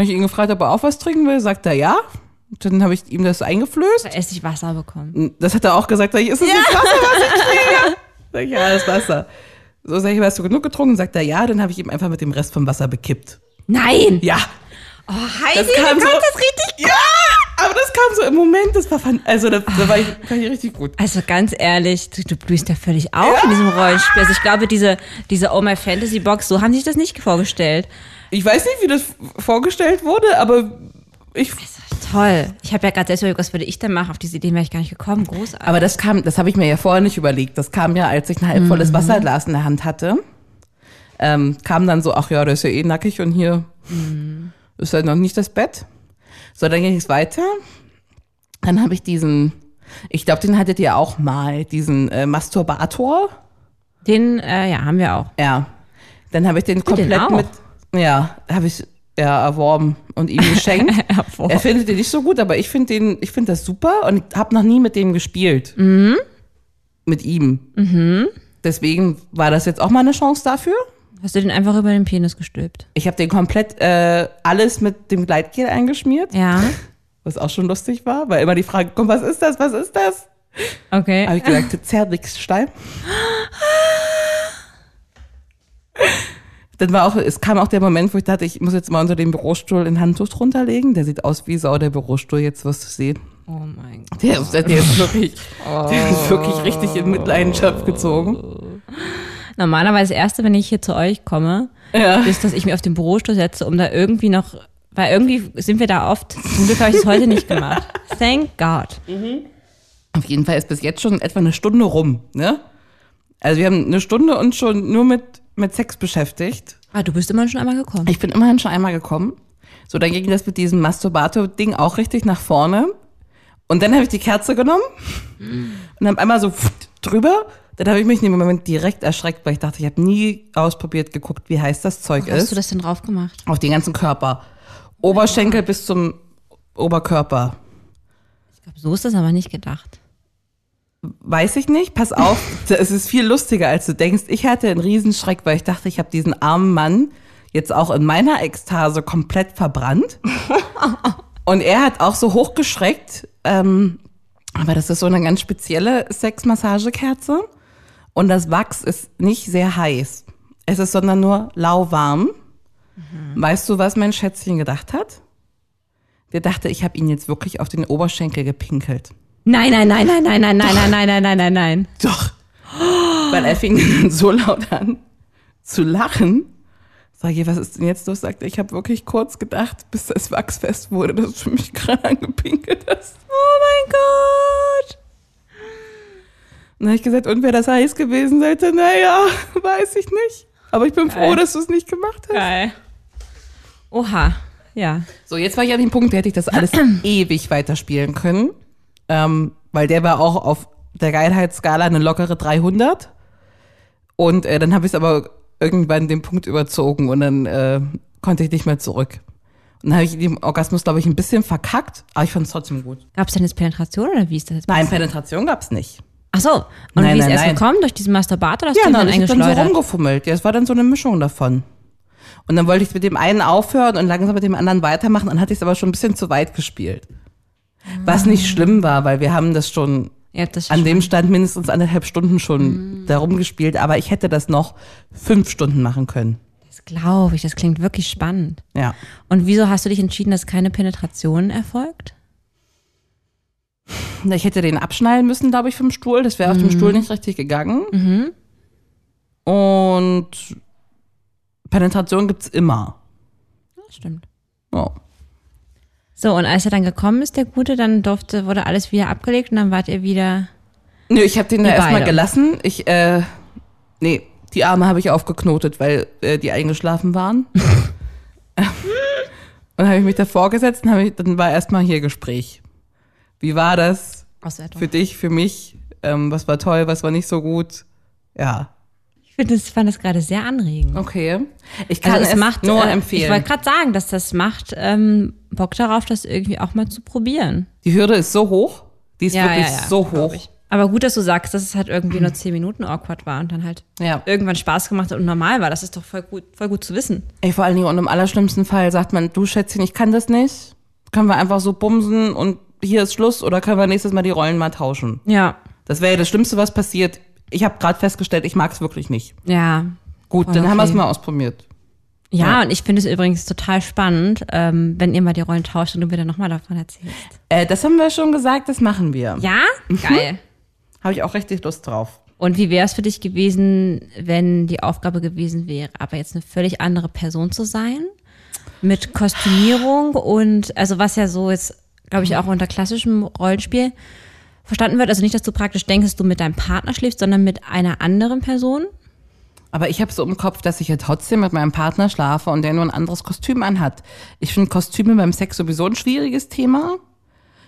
Speaker 2: habe ich ihn gefragt, ob er auch was trinken will, sagt er ja. Und dann habe ich ihm das eingeflößt.
Speaker 3: Da esse ich Wasser bekommen.
Speaker 2: Das hat er auch gesagt, sag ich, ist das nicht Wasser, was ich trinke? Sag ich, ja, das ist Wasser. So sag ich, hast du genug getrunken? Sagt er, ja, dann habe ich ihm einfach mit dem Rest vom Wasser bekippt.
Speaker 3: Nein!
Speaker 2: Ja,
Speaker 3: Oh, Heidi,
Speaker 2: Das
Speaker 3: du
Speaker 2: kam
Speaker 3: kannst
Speaker 2: so-
Speaker 3: das richtig
Speaker 2: ja, aber das kam so im Moment, das war, fan- also da, da war ich, fand ich richtig gut.
Speaker 3: Also ganz ehrlich, du, du blühst ja völlig auf in diesem Rollenspiel. Also ich glaube, diese, diese Oh My Fantasy Box, so haben sich das nicht vorgestellt.
Speaker 2: Ich weiß nicht, wie das vorgestellt wurde, aber ich,
Speaker 3: Toll. Ich habe ja gerade selbst überlegt, was würde ich denn machen? Auf diese Idee wäre ich gar nicht gekommen. Großartig.
Speaker 2: aber das kam, das habe ich mir ja vorher nicht überlegt. Das kam ja, als ich ein halbvolles Wasserglas in der Hand hatte, ähm, kam dann so, ach ja, der ist ja eh nackig und hier ist halt noch nicht das Bett. So, dann ging es weiter. Dann habe ich diesen, ich glaube, den hattet ihr auch mal, diesen äh, Masturbator.
Speaker 3: Den, äh, ja, haben wir auch.
Speaker 2: Ja. Dann habe ich den komplett
Speaker 3: auch?
Speaker 2: mit, ja, habe ich ja erworben und ihm geschenkt.
Speaker 3: Äh.
Speaker 2: Er findet den nicht so gut, aber ich finde den, ich finde das super und habe noch nie mit dem gespielt. Mit ihm. Deswegen war das jetzt auch mal eine Chance dafür.
Speaker 3: Hast du den einfach über den Penis gestülpt?
Speaker 2: Ich habe den komplett äh, alles mit dem Gleitgel eingeschmiert.
Speaker 3: Ja.
Speaker 2: Was auch schon lustig war, weil immer die Frage kommt, was ist das, was ist das? Habe
Speaker 3: Okay.
Speaker 2: ich gesagt, Zervixstein. Dann war auch, es kam auch der Moment, wo ich dachte, ich muss jetzt mal unter dem Bürostuhl ein Handtuch drunter legen. Der sieht aus wie Sau, der Bürostuhl, jetzt wirst du sehen.
Speaker 3: Oh mein Gott.
Speaker 2: Der, ist- der ist wirklich, der ist wirklich richtig in Mitleidenschaft gezogen.
Speaker 3: Normalerweise das Erste, wenn ich hier zu euch komme, ist, dass ich mich auf den Bürostuhl setze, um da irgendwie noch, weil irgendwie sind wir da oft, zum Glück habe ich es heute nicht gemacht. Thank God.
Speaker 2: Auf jeden Fall ist bis jetzt schon etwa eine Stunde rum, ne? Also wir haben eine Stunde uns schon nur mit, mit Sex beschäftigt.
Speaker 3: Ah, du bist immer schon einmal gekommen.
Speaker 2: Ich bin immerhin schon einmal gekommen. So, dann ging das mit diesem Masturbator-Ding auch richtig nach vorne. Und dann habe ich die Kerze genommen und habe einmal so pft drüber. Dann habe ich mich in dem Moment direkt erschreckt, weil ich dachte, ich habe nie ausprobiert geguckt, wie heiß das Zeug
Speaker 3: Hast du
Speaker 2: ist.
Speaker 3: das denn drauf gemacht?
Speaker 2: Auf den ganzen Körper. Oberschenkel bis zum Oberkörper.
Speaker 3: Ich glaube, so ist das aber nicht gedacht.
Speaker 2: Weiß ich nicht, pass auf, es ist viel lustiger, als du denkst. Ich hatte einen Riesenschreck, weil ich dachte, ich habe diesen armen Mann jetzt auch in meiner Ekstase komplett verbrannt. Und er hat auch so hochgeschreckt. Ähm, aber das ist so eine ganz spezielle Sexmassagekerze. Und das Wachs ist nicht sehr heiß. Es ist sondern nur lauwarm. Weißt du, was mein Schätzchen gedacht hat? Der dachte, ich habe ihn jetzt wirklich auf den Oberschenkel gepinkelt.
Speaker 3: Nein, nein, nein, nein, nein, nein, nein, nein, nein, nein, nein, nein, nein.
Speaker 2: Doch. Weil er fing dann so laut an zu lachen. Sag ich, was ist denn jetzt los? Sagt er, ich habe wirklich kurz gedacht, bis das Wachs fest wurde, dass du mich gerade angepinkelt hast. Oh mein Gott! Und dann habe ich gesagt, und wäre das heiß gewesen, sagte, naja, weiß ich nicht. Aber ich bin froh,
Speaker 3: Geil.
Speaker 2: dass du es nicht gemacht hast.
Speaker 3: Geil. Oha, ja.
Speaker 2: So, jetzt war ich an dem Punkt, da hätte ich das alles ewig weiterspielen können. Ähm, weil der war auch auf der Geilheitsskala eine lockere 300. Und äh, dann habe ich es aber irgendwann den Punkt überzogen und dann äh, konnte ich nicht mehr zurück. Und dann habe ich den Orgasmus, glaube ich, ein bisschen verkackt, aber ich fand es trotzdem gut.
Speaker 3: Gab es denn jetzt Penetration oder wie ist das jetzt?
Speaker 2: Nein, Penetration gab's nicht.
Speaker 3: Ach so. Und
Speaker 2: Nein,
Speaker 3: wie ist
Speaker 2: nein,
Speaker 3: erst
Speaker 2: nein.
Speaker 3: gekommen? Durch diesen Masturbator? Oder hast
Speaker 2: Ja,
Speaker 3: du
Speaker 2: nein,
Speaker 3: dann
Speaker 2: ich bin so
Speaker 3: eingeschleudert?
Speaker 2: rumgefummelt. Ja, es war dann so eine Mischung davon. Und dann wollte ich mit dem einen aufhören und langsam mit dem anderen weitermachen. Dann hatte ich es aber schon ein bisschen zu weit gespielt. Was nicht schlimm war, weil wir haben das schon
Speaker 3: ja, das
Speaker 2: an
Speaker 3: schon.
Speaker 2: dem Stand mindestens anderthalb Stunden
Speaker 3: Mhm.
Speaker 2: schon darum gespielt. Aber ich hätte das noch fünf Stunden machen können.
Speaker 3: Das glaube ich, das klingt wirklich spannend.
Speaker 2: Ja.
Speaker 3: Und wieso hast du dich entschieden, dass keine Penetration erfolgt?
Speaker 2: Na, Ich hätte den abschnallen müssen, glaube ich, vom Stuhl. Das wäre auf dem
Speaker 3: Mhm.
Speaker 2: Stuhl nicht richtig gegangen. Und Penetration gibt's immer.
Speaker 3: Ja, stimmt.
Speaker 2: Ja.
Speaker 3: So, und als er dann gekommen ist, der Gute, dann durfte, wurde alles wieder abgelegt und dann wart ihr wieder.
Speaker 2: Nö, ich habe den da
Speaker 3: Ihr
Speaker 2: erstmal
Speaker 3: beide.
Speaker 2: gelassen. Ich, äh, nee, die Arme habe ich aufgeknotet, weil äh, die eingeschlafen waren. und dann habe ich mich davor gesetzt und hab ich, dann war erstmal hier Gespräch. Wie war das für
Speaker 3: Auswertung.
Speaker 2: dich, für mich? Ähm, was war toll, was war nicht so gut? Ja,
Speaker 3: Ich finde das, fand das gerade sehr anregend.
Speaker 2: okay. Ich kann Also es,
Speaker 3: macht,
Speaker 2: nur
Speaker 3: äh, Ich
Speaker 2: empfehlen.
Speaker 3: wollte gerade sagen, dass das macht ähm, Bock darauf, das irgendwie auch mal zu probieren.
Speaker 2: Die Hürde ist so hoch. Die ist wirklich so
Speaker 3: glaub
Speaker 2: hoch.
Speaker 3: ich. Aber gut, dass du sagst, dass es halt irgendwie nur 10 Minuten awkward war und dann halt
Speaker 2: Ja.
Speaker 3: irgendwann Spaß gemacht hat und normal war. Das ist doch voll gut, voll gut zu wissen.
Speaker 2: Ey, vor allen Dingen und im allerschlimmsten Fall sagt man, du Schätzchen, ich kann das nicht. Können wir einfach so bumsen und hier ist Schluss oder können wir nächstes Mal die Rollen mal tauschen?
Speaker 3: Ja.
Speaker 2: Das wäre ja das Schlimmste, was passiert. Ich habe gerade festgestellt, ich mag es wirklich nicht.
Speaker 3: Ja.
Speaker 2: Gut,
Speaker 3: Voll
Speaker 2: dann haben wir es
Speaker 3: okay.
Speaker 2: mal ausprobiert.
Speaker 3: Ja,
Speaker 2: Ja.
Speaker 3: und ich finde es übrigens total spannend, ähm, wenn ihr mal die Rollen tauscht und du mir dann nochmal davon erzählst.
Speaker 2: Äh, das haben wir schon gesagt, das machen wir.
Speaker 3: Ja? Geil.
Speaker 2: Habe ich auch richtig Lust drauf.
Speaker 3: Und wie wäre es für dich gewesen, wenn die Aufgabe gewesen wäre, aber jetzt eine völlig andere Person zu sein? Mit Kostümierung und, also was ja so jetzt, glaube ich, auch unter klassischem Rollenspiel verstanden wird. Also nicht, dass du praktisch denkst, dass du mit deinem Partner schläfst, sondern mit einer anderen Person.
Speaker 2: Aber ich habe so im Kopf, dass ich ja trotzdem mit meinem Partner schlafe und der nur ein anderes Kostüm anhat. Ich finde Kostüme beim Sex sowieso ein schwieriges Thema.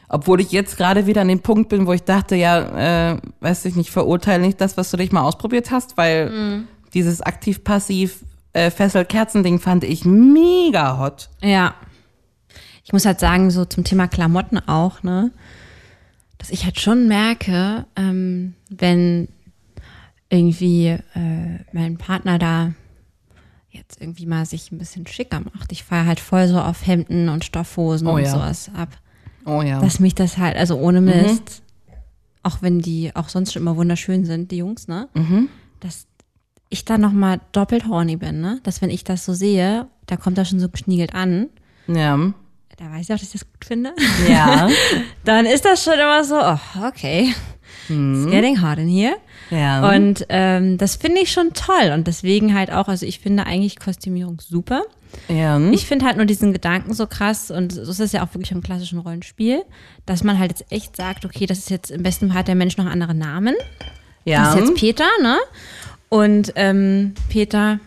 Speaker 2: Obwohl ich jetzt gerade wieder an dem Punkt bin, wo ich dachte, ja, äh, weiß ich nicht, verurteile nicht das, was du dich mal ausprobiert hast, weil
Speaker 3: Mhm.
Speaker 2: dieses aktiv-passiv äh, Fessel-Kerzen-Ding fand ich mega hot.
Speaker 3: Ja. Ich muss halt sagen, so zum Thema Klamotten auch, ne? Dass ich halt schon merke, ähm, wenn irgendwie äh, mein Partner da jetzt irgendwie mal sich ein bisschen schicker macht. Ich fahre halt voll so auf Hemden und Stoffhosen
Speaker 2: Oh
Speaker 3: und
Speaker 2: ja.
Speaker 3: sowas ab.
Speaker 2: Oh ja. Mhm.
Speaker 3: Dass mich das halt, also ohne Mist, auch wenn die auch sonst schon immer wunderschön sind, die Jungs, ne?
Speaker 2: Mhm.
Speaker 3: Dass ich da nochmal doppelt horny bin, ne? Dass wenn ich das so sehe, da kommt das schon so geschniegelt an
Speaker 2: ja.
Speaker 3: da weiß ich auch, dass ich das gut finde,
Speaker 2: Ja.
Speaker 3: dann ist das schon immer so, oh, okay, it's getting hot in here.
Speaker 2: Mhm. ja.
Speaker 3: Und ähm, das finde ich schon toll und deswegen halt auch, also ich finde eigentlich Kostümierung super.
Speaker 2: ja.
Speaker 3: Ich finde halt nur diesen Gedanken so krass und so ist es ja auch wirklich im klassischen Rollenspiel, dass man halt jetzt echt sagt, okay, das ist jetzt im besten Fall hat der Mensch noch einen anderen Namen.
Speaker 2: ja.
Speaker 3: Das ist jetzt Peter, ne? Und ähm, Peter,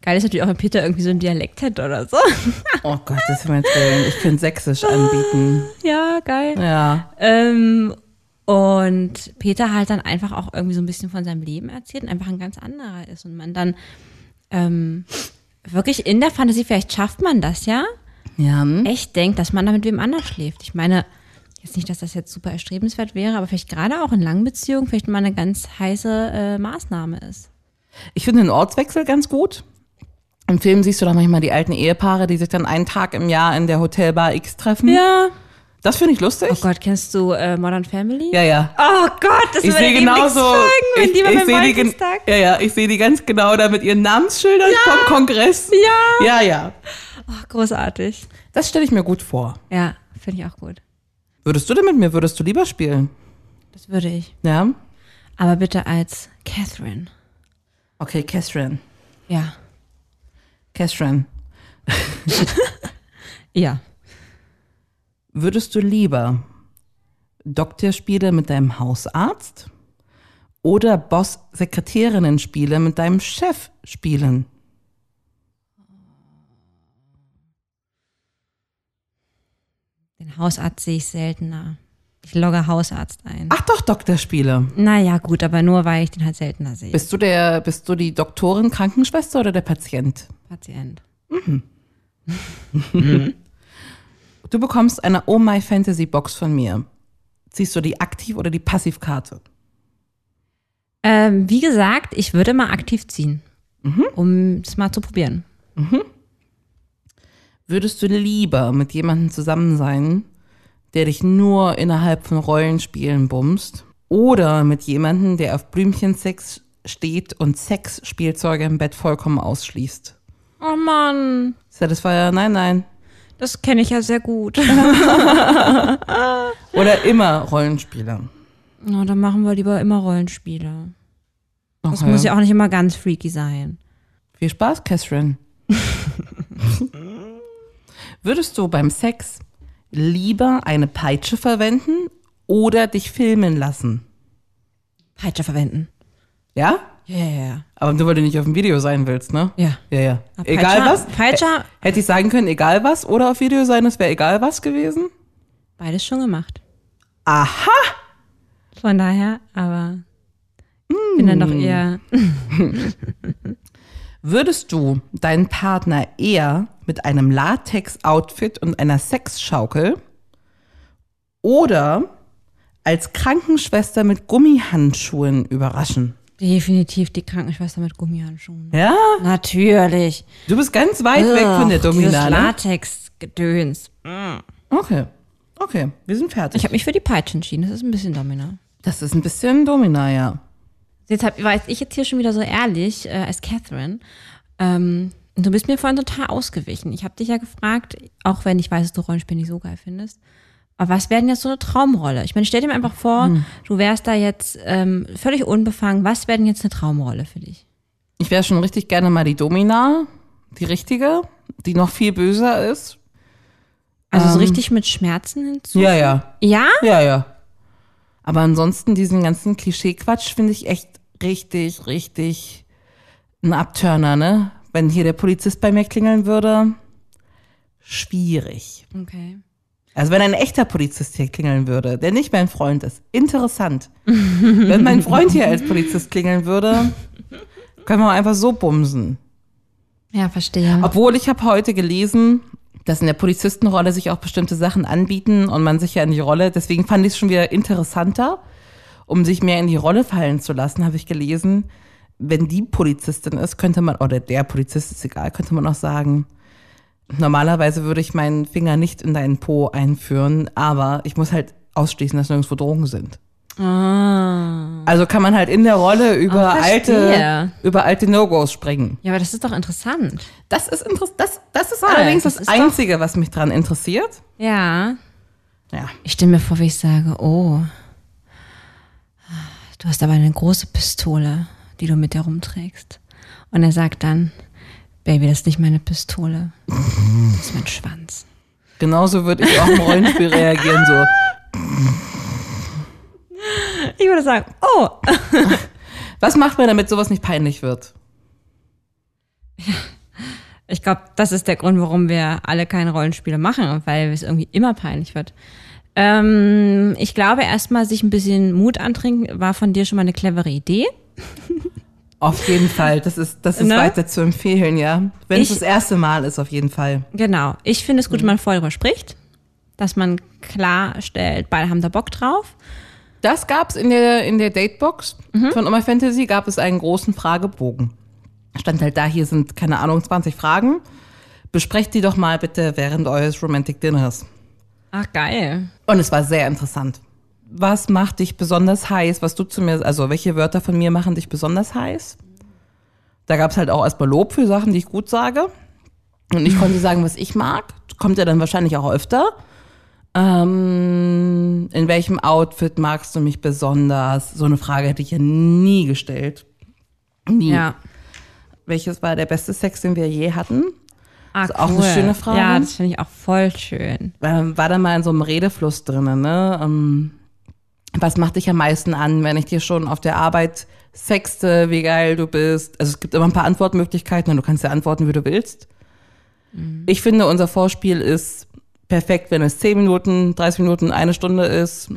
Speaker 3: geil ist natürlich auch, wenn Peter irgendwie so einen Dialekt hätte oder so.
Speaker 2: Oh Gott, das ist mir jetzt Ich könnte sächsisch anbieten.
Speaker 3: ja, geil.
Speaker 2: Ja.
Speaker 3: Ähm, und Peter halt dann einfach auch irgendwie so ein bisschen von seinem Leben erzählt und einfach ein ganz anderer ist. Und man dann ähm, wirklich in der Fantasie, vielleicht schafft man das ja,
Speaker 2: Ja.
Speaker 3: echt denkt, dass man da mit wem anders schläft. Ich meine, jetzt nicht, dass das jetzt super erstrebenswert wäre, aber vielleicht gerade auch in langen Beziehungen vielleicht mal eine ganz heiße äh, Maßnahme ist.
Speaker 2: Ich finde den Ortswechsel ganz gut. Im Film siehst du doch manchmal die alten Ehepaare, die sich dann einen Tag im Jahr in der Hotelbar X treffen.
Speaker 3: Ja.
Speaker 2: Das finde ich lustig.
Speaker 3: Oh Gott, kennst du äh, Modern Family?
Speaker 2: Ja, ja.
Speaker 3: Oh Gott, das
Speaker 2: Ich
Speaker 3: würde
Speaker 2: sehe
Speaker 3: ihm nichts
Speaker 2: genauso.
Speaker 3: Folgen, wenn
Speaker 2: ich
Speaker 3: die mal
Speaker 2: ich
Speaker 3: beim
Speaker 2: sehe die, gen-
Speaker 3: Valentinstag-
Speaker 2: ja, ja, ich sehe die ganz genau da mit ihren Namensschildern vom Kongress.
Speaker 3: Ja.
Speaker 2: Ja, ja.
Speaker 3: Oh, großartig.
Speaker 2: Das stelle ich mir gut vor.
Speaker 3: Ja, finde ich auch gut.
Speaker 2: Würdest du denn mit mir, würdest du lieber spielen?
Speaker 3: Das würde ich.
Speaker 2: Ja?
Speaker 3: Aber bitte als Catherine.
Speaker 2: Okay, Catherine.
Speaker 3: Ja.
Speaker 2: Catherine.
Speaker 3: Ja.
Speaker 2: Würdest du lieber Doktorspiele mit deinem Hausarzt oder Boss-Sekretärinnen-Spiele mit deinem Chef spielen?
Speaker 3: Den Hausarzt sehe ich seltener. Ich logge Hausarzt ein.
Speaker 2: Ach doch, Doktorspiele.
Speaker 3: Naja, gut, aber nur weil ich den halt seltener sehe.
Speaker 2: Bist du der, bist du die Doktorin, Krankenschwester oder der Patient?
Speaker 3: Patient.
Speaker 2: Du bekommst eine Oh My Fantasy Box von mir. Ziehst du die aktiv oder die Passivkarte?
Speaker 3: Ähm, wie gesagt, ich würde mal aktiv ziehen, um es mal zu probieren.
Speaker 2: Würdest du lieber mit jemandem zusammen sein, der dich nur innerhalb von Rollenspielen bumst? Oder mit jemandem, der auf Blümchensex steht und Sexspielzeuge im Bett vollkommen ausschließt?
Speaker 3: Oh Mann,
Speaker 2: Satisfier, nein, nein.
Speaker 3: das kenne ich ja sehr gut.
Speaker 2: Oder immer Rollenspiele.
Speaker 3: Na, dann machen wir lieber immer Rollenspiele. Das
Speaker 2: Okay.
Speaker 3: muss ja auch nicht immer ganz freaky sein.
Speaker 2: Viel Spaß, Catherine. Würdest du beim Sex lieber eine Peitsche verwenden oder dich filmen lassen?
Speaker 3: Peitsche verwenden.
Speaker 2: Ja?
Speaker 3: Ja, ja, ja.
Speaker 2: Aber nur weil du nicht auf dem Video sein willst, ne?
Speaker 3: Ja.
Speaker 2: Ja, ja.
Speaker 3: Aber Peitsche-
Speaker 2: Egal was?
Speaker 3: Peitsche-
Speaker 2: H- Hätte ich sagen können, egal was oder auf Video sein, es wäre egal was gewesen?
Speaker 3: Beides schon gemacht.
Speaker 2: Aha!
Speaker 3: Von daher, aber ich bin dann doch eher.
Speaker 2: Würdest du deinen Partner eher mit einem Latex-Outfit und einer Sexschaukel oder als Krankenschwester mit Gummihandschuhen überraschen?
Speaker 3: Definitiv die Krankenschwester mit Gummihandschuhen.
Speaker 2: Ja?
Speaker 3: Natürlich.
Speaker 2: Du bist ganz weit weg von der ne?
Speaker 3: Ugh, Dieses
Speaker 2: Dominale.
Speaker 3: Latex-Gedöns.
Speaker 2: Okay. Okay, wir sind fertig.
Speaker 3: Ich habe mich für die Peitsche entschieden. Das ist ein bisschen Domina.
Speaker 2: das ist ein bisschen Domina, ja.
Speaker 3: Jetzt hab, weiß ich jetzt hier schon wieder so ehrlich äh, als Catherine. Ähm, du bist mir vorhin total ausgewichen. Ich habe dich ja gefragt, auch wenn ich weiß, dass du Rollenspiel nicht so geil findest. Aber was wäre denn jetzt so eine Traumrolle? Ich meine, stell dir mal einfach vor, du wärst da jetzt ähm, völlig unbefangen. Was wäre denn jetzt eine Traumrolle für dich?
Speaker 2: Ich wäre schon richtig gerne mal die Domina, die richtige, die noch viel böser ist.
Speaker 3: Also so richtig mit Schmerzen hinzu?
Speaker 2: Ja, ja.
Speaker 3: Ja?
Speaker 2: Ja, ja. Aber ansonsten diesen ganzen Klischee-Quatsch finde ich echt richtig, richtig ein Abturner, ne? Wenn hier der Polizist bei mir klingeln würde, schwierig.
Speaker 3: Okay.
Speaker 2: Also wenn ein echter Polizist hier klingeln würde, der nicht mein Freund ist, interessant. wenn mein Freund hier als Polizist klingeln würde, können wir einfach so bumsen.
Speaker 3: Ja, verstehe.
Speaker 2: Obwohl ich habe heute gelesen, dass in der Polizistenrolle sich auch bestimmte Sachen anbieten und man sich ja in die Rolle, deswegen fand ich es schon wieder interessanter, um sich mehr in die Rolle fallen zu lassen, habe ich gelesen, wenn die Polizistin ist, könnte man, oder der Polizist ist egal, könnte man auch sagen, normalerweise würde ich meinen Finger nicht in deinen Po einführen, aber ich muss halt ausschließen, dass nirgendwo Drogen sind.
Speaker 3: Ah.
Speaker 2: Also kann man halt in der Rolle über
Speaker 3: Ah, verstehe.
Speaker 2: alte, über alte No-Gos springen.
Speaker 3: Ja, aber das ist doch interessant.
Speaker 2: Das ist, interess- das, das ist allerdings Ah, das,
Speaker 3: das ist doch-
Speaker 2: Einzige, was mich dran interessiert.
Speaker 3: Ja.
Speaker 2: Ja.
Speaker 3: Ich stelle mir vor, wie ich sage, oh, du hast aber eine große Pistole, die du mit dir rumträgst. Und er sagt dann, Baby, das ist nicht meine Pistole, das ist mein Schwanz.
Speaker 2: Genauso würde ich auch im Rollenspiel reagieren. So.
Speaker 3: Ich würde sagen, oh,
Speaker 2: Was macht man, damit sowas nicht peinlich wird?
Speaker 3: Ich glaube, das ist der Grund, warum wir alle keine Rollenspiele machen, weil es irgendwie immer peinlich wird. Ähm, ich glaube, erstmal sich ein bisschen Mut antrinken war von dir schon mal eine clevere Idee.
Speaker 2: Auf jeden Fall. Das ist, das ist
Speaker 3: Ne?
Speaker 2: weiter zu empfehlen, ja. Wenn
Speaker 3: Ich-
Speaker 2: es das erste Mal ist, auf jeden Fall.
Speaker 3: Genau. Ich finde es gut, wenn man vorher darüber spricht, dass man klarstellt, beide haben da Bock drauf.
Speaker 2: Das Mhm. gab es in der, in der Datebox von Oma Fantasy, gab es einen großen Fragebogen. stand halt da, hier sind, keine Ahnung, 20 Fragen. Besprecht die doch mal bitte während eures Romantic Dinners.
Speaker 3: Ach, Ah, geil.
Speaker 2: Und es war sehr interessant. Was macht dich besonders heiß? Was du zu mir, also welche Wörter von mir machen dich besonders heiß? Da gab es halt auch erstmal Lob für Sachen, die ich gut sage. Und ich konnte sagen, was ich mag. Kommt ja dann wahrscheinlich auch öfter. Ähm, in welchem Outfit magst du mich besonders? So eine Frage hätte ich ja nie gestellt. Nie.
Speaker 3: Ja.
Speaker 2: Welches war der beste Sex, den wir je hatten?
Speaker 3: Ah,
Speaker 2: Ist auch eine schöne Frage.
Speaker 3: Ja, das finde ich auch voll schön.
Speaker 2: ähm, war da mal in so einem Redefluss drinnen, ne? Ähm, was macht dich am meisten an, wenn ich dir schon auf der Arbeit sexte, wie geil du bist? Also es gibt immer ein paar Antwortmöglichkeiten und du kannst ja antworten, wie du willst. Ich finde, unser Vorspiel ist perfekt, wenn es 10 Minuten, 30 Minuten, eine Stunde ist.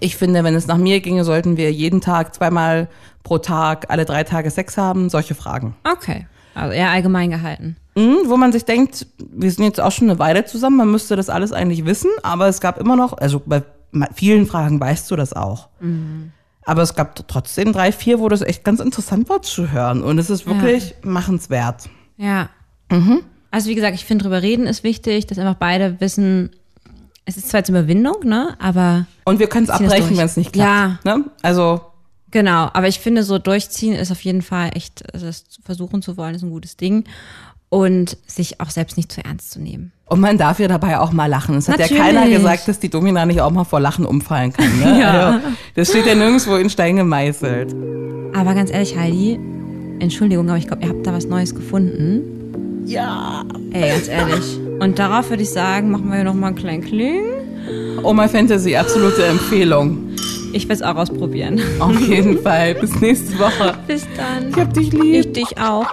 Speaker 2: Ich finde, wenn es nach mir ginge, sollten wir jeden Tag, zweimal pro Tag, alle drei Tage Sex haben, solche Fragen.
Speaker 3: Okay. Also eher allgemein gehalten.
Speaker 2: Mhm, wo man sich denkt, wir sind jetzt auch schon eine Weile zusammen, man müsste das alles eigentlich wissen, aber es gab immer noch, also bei ma- vielen Fragen weißt du das auch.
Speaker 3: Mhm.
Speaker 2: Aber es gab trotzdem drei, vier, wo das echt ganz interessant war zu hören. Und es ist wirklich machenswert.
Speaker 3: Ja.
Speaker 2: Mhm.
Speaker 3: Also wie gesagt, ich finde, drüber reden ist wichtig, dass einfach beide wissen, es ist zwar jetzt Überwindung, ne? Aber
Speaker 2: Und wir können es
Speaker 3: Zieh das
Speaker 2: abbrechen,
Speaker 3: durch.
Speaker 2: wenn es nicht klappt. Ja. Ne? Also,
Speaker 3: genau, aber ich finde, so durchziehen ist auf jeden Fall echt, also das zu versuchen zu wollen, ist ein gutes Ding. Und sich auch selbst nicht zu ernst zu nehmen.
Speaker 2: und man darf ja dabei auch mal lachen. Es hat ja keiner
Speaker 3: Natürlich.
Speaker 2: gesagt, dass die Domina nicht auch mal vor Lachen umfallen kann. Ne?
Speaker 3: Ja.
Speaker 2: Also, das steht ja nirgendwo in Stein gemeißelt.
Speaker 3: Aber ganz ehrlich, Heidi, Entschuldigung, aber ich glaube, ihr habt da was Neues gefunden.
Speaker 2: Ja.
Speaker 3: Ey, ganz ehrlich. Und darauf würde ich sagen, machen wir noch mal einen kleinen Kling.
Speaker 2: Oh my Fantasy, absolute Empfehlung.
Speaker 3: Ich werde es auch ausprobieren.
Speaker 2: Auf jeden Fall. Bis nächste Woche.
Speaker 3: Bis dann.
Speaker 2: Ich hab dich lieb.
Speaker 3: Ich dich auch.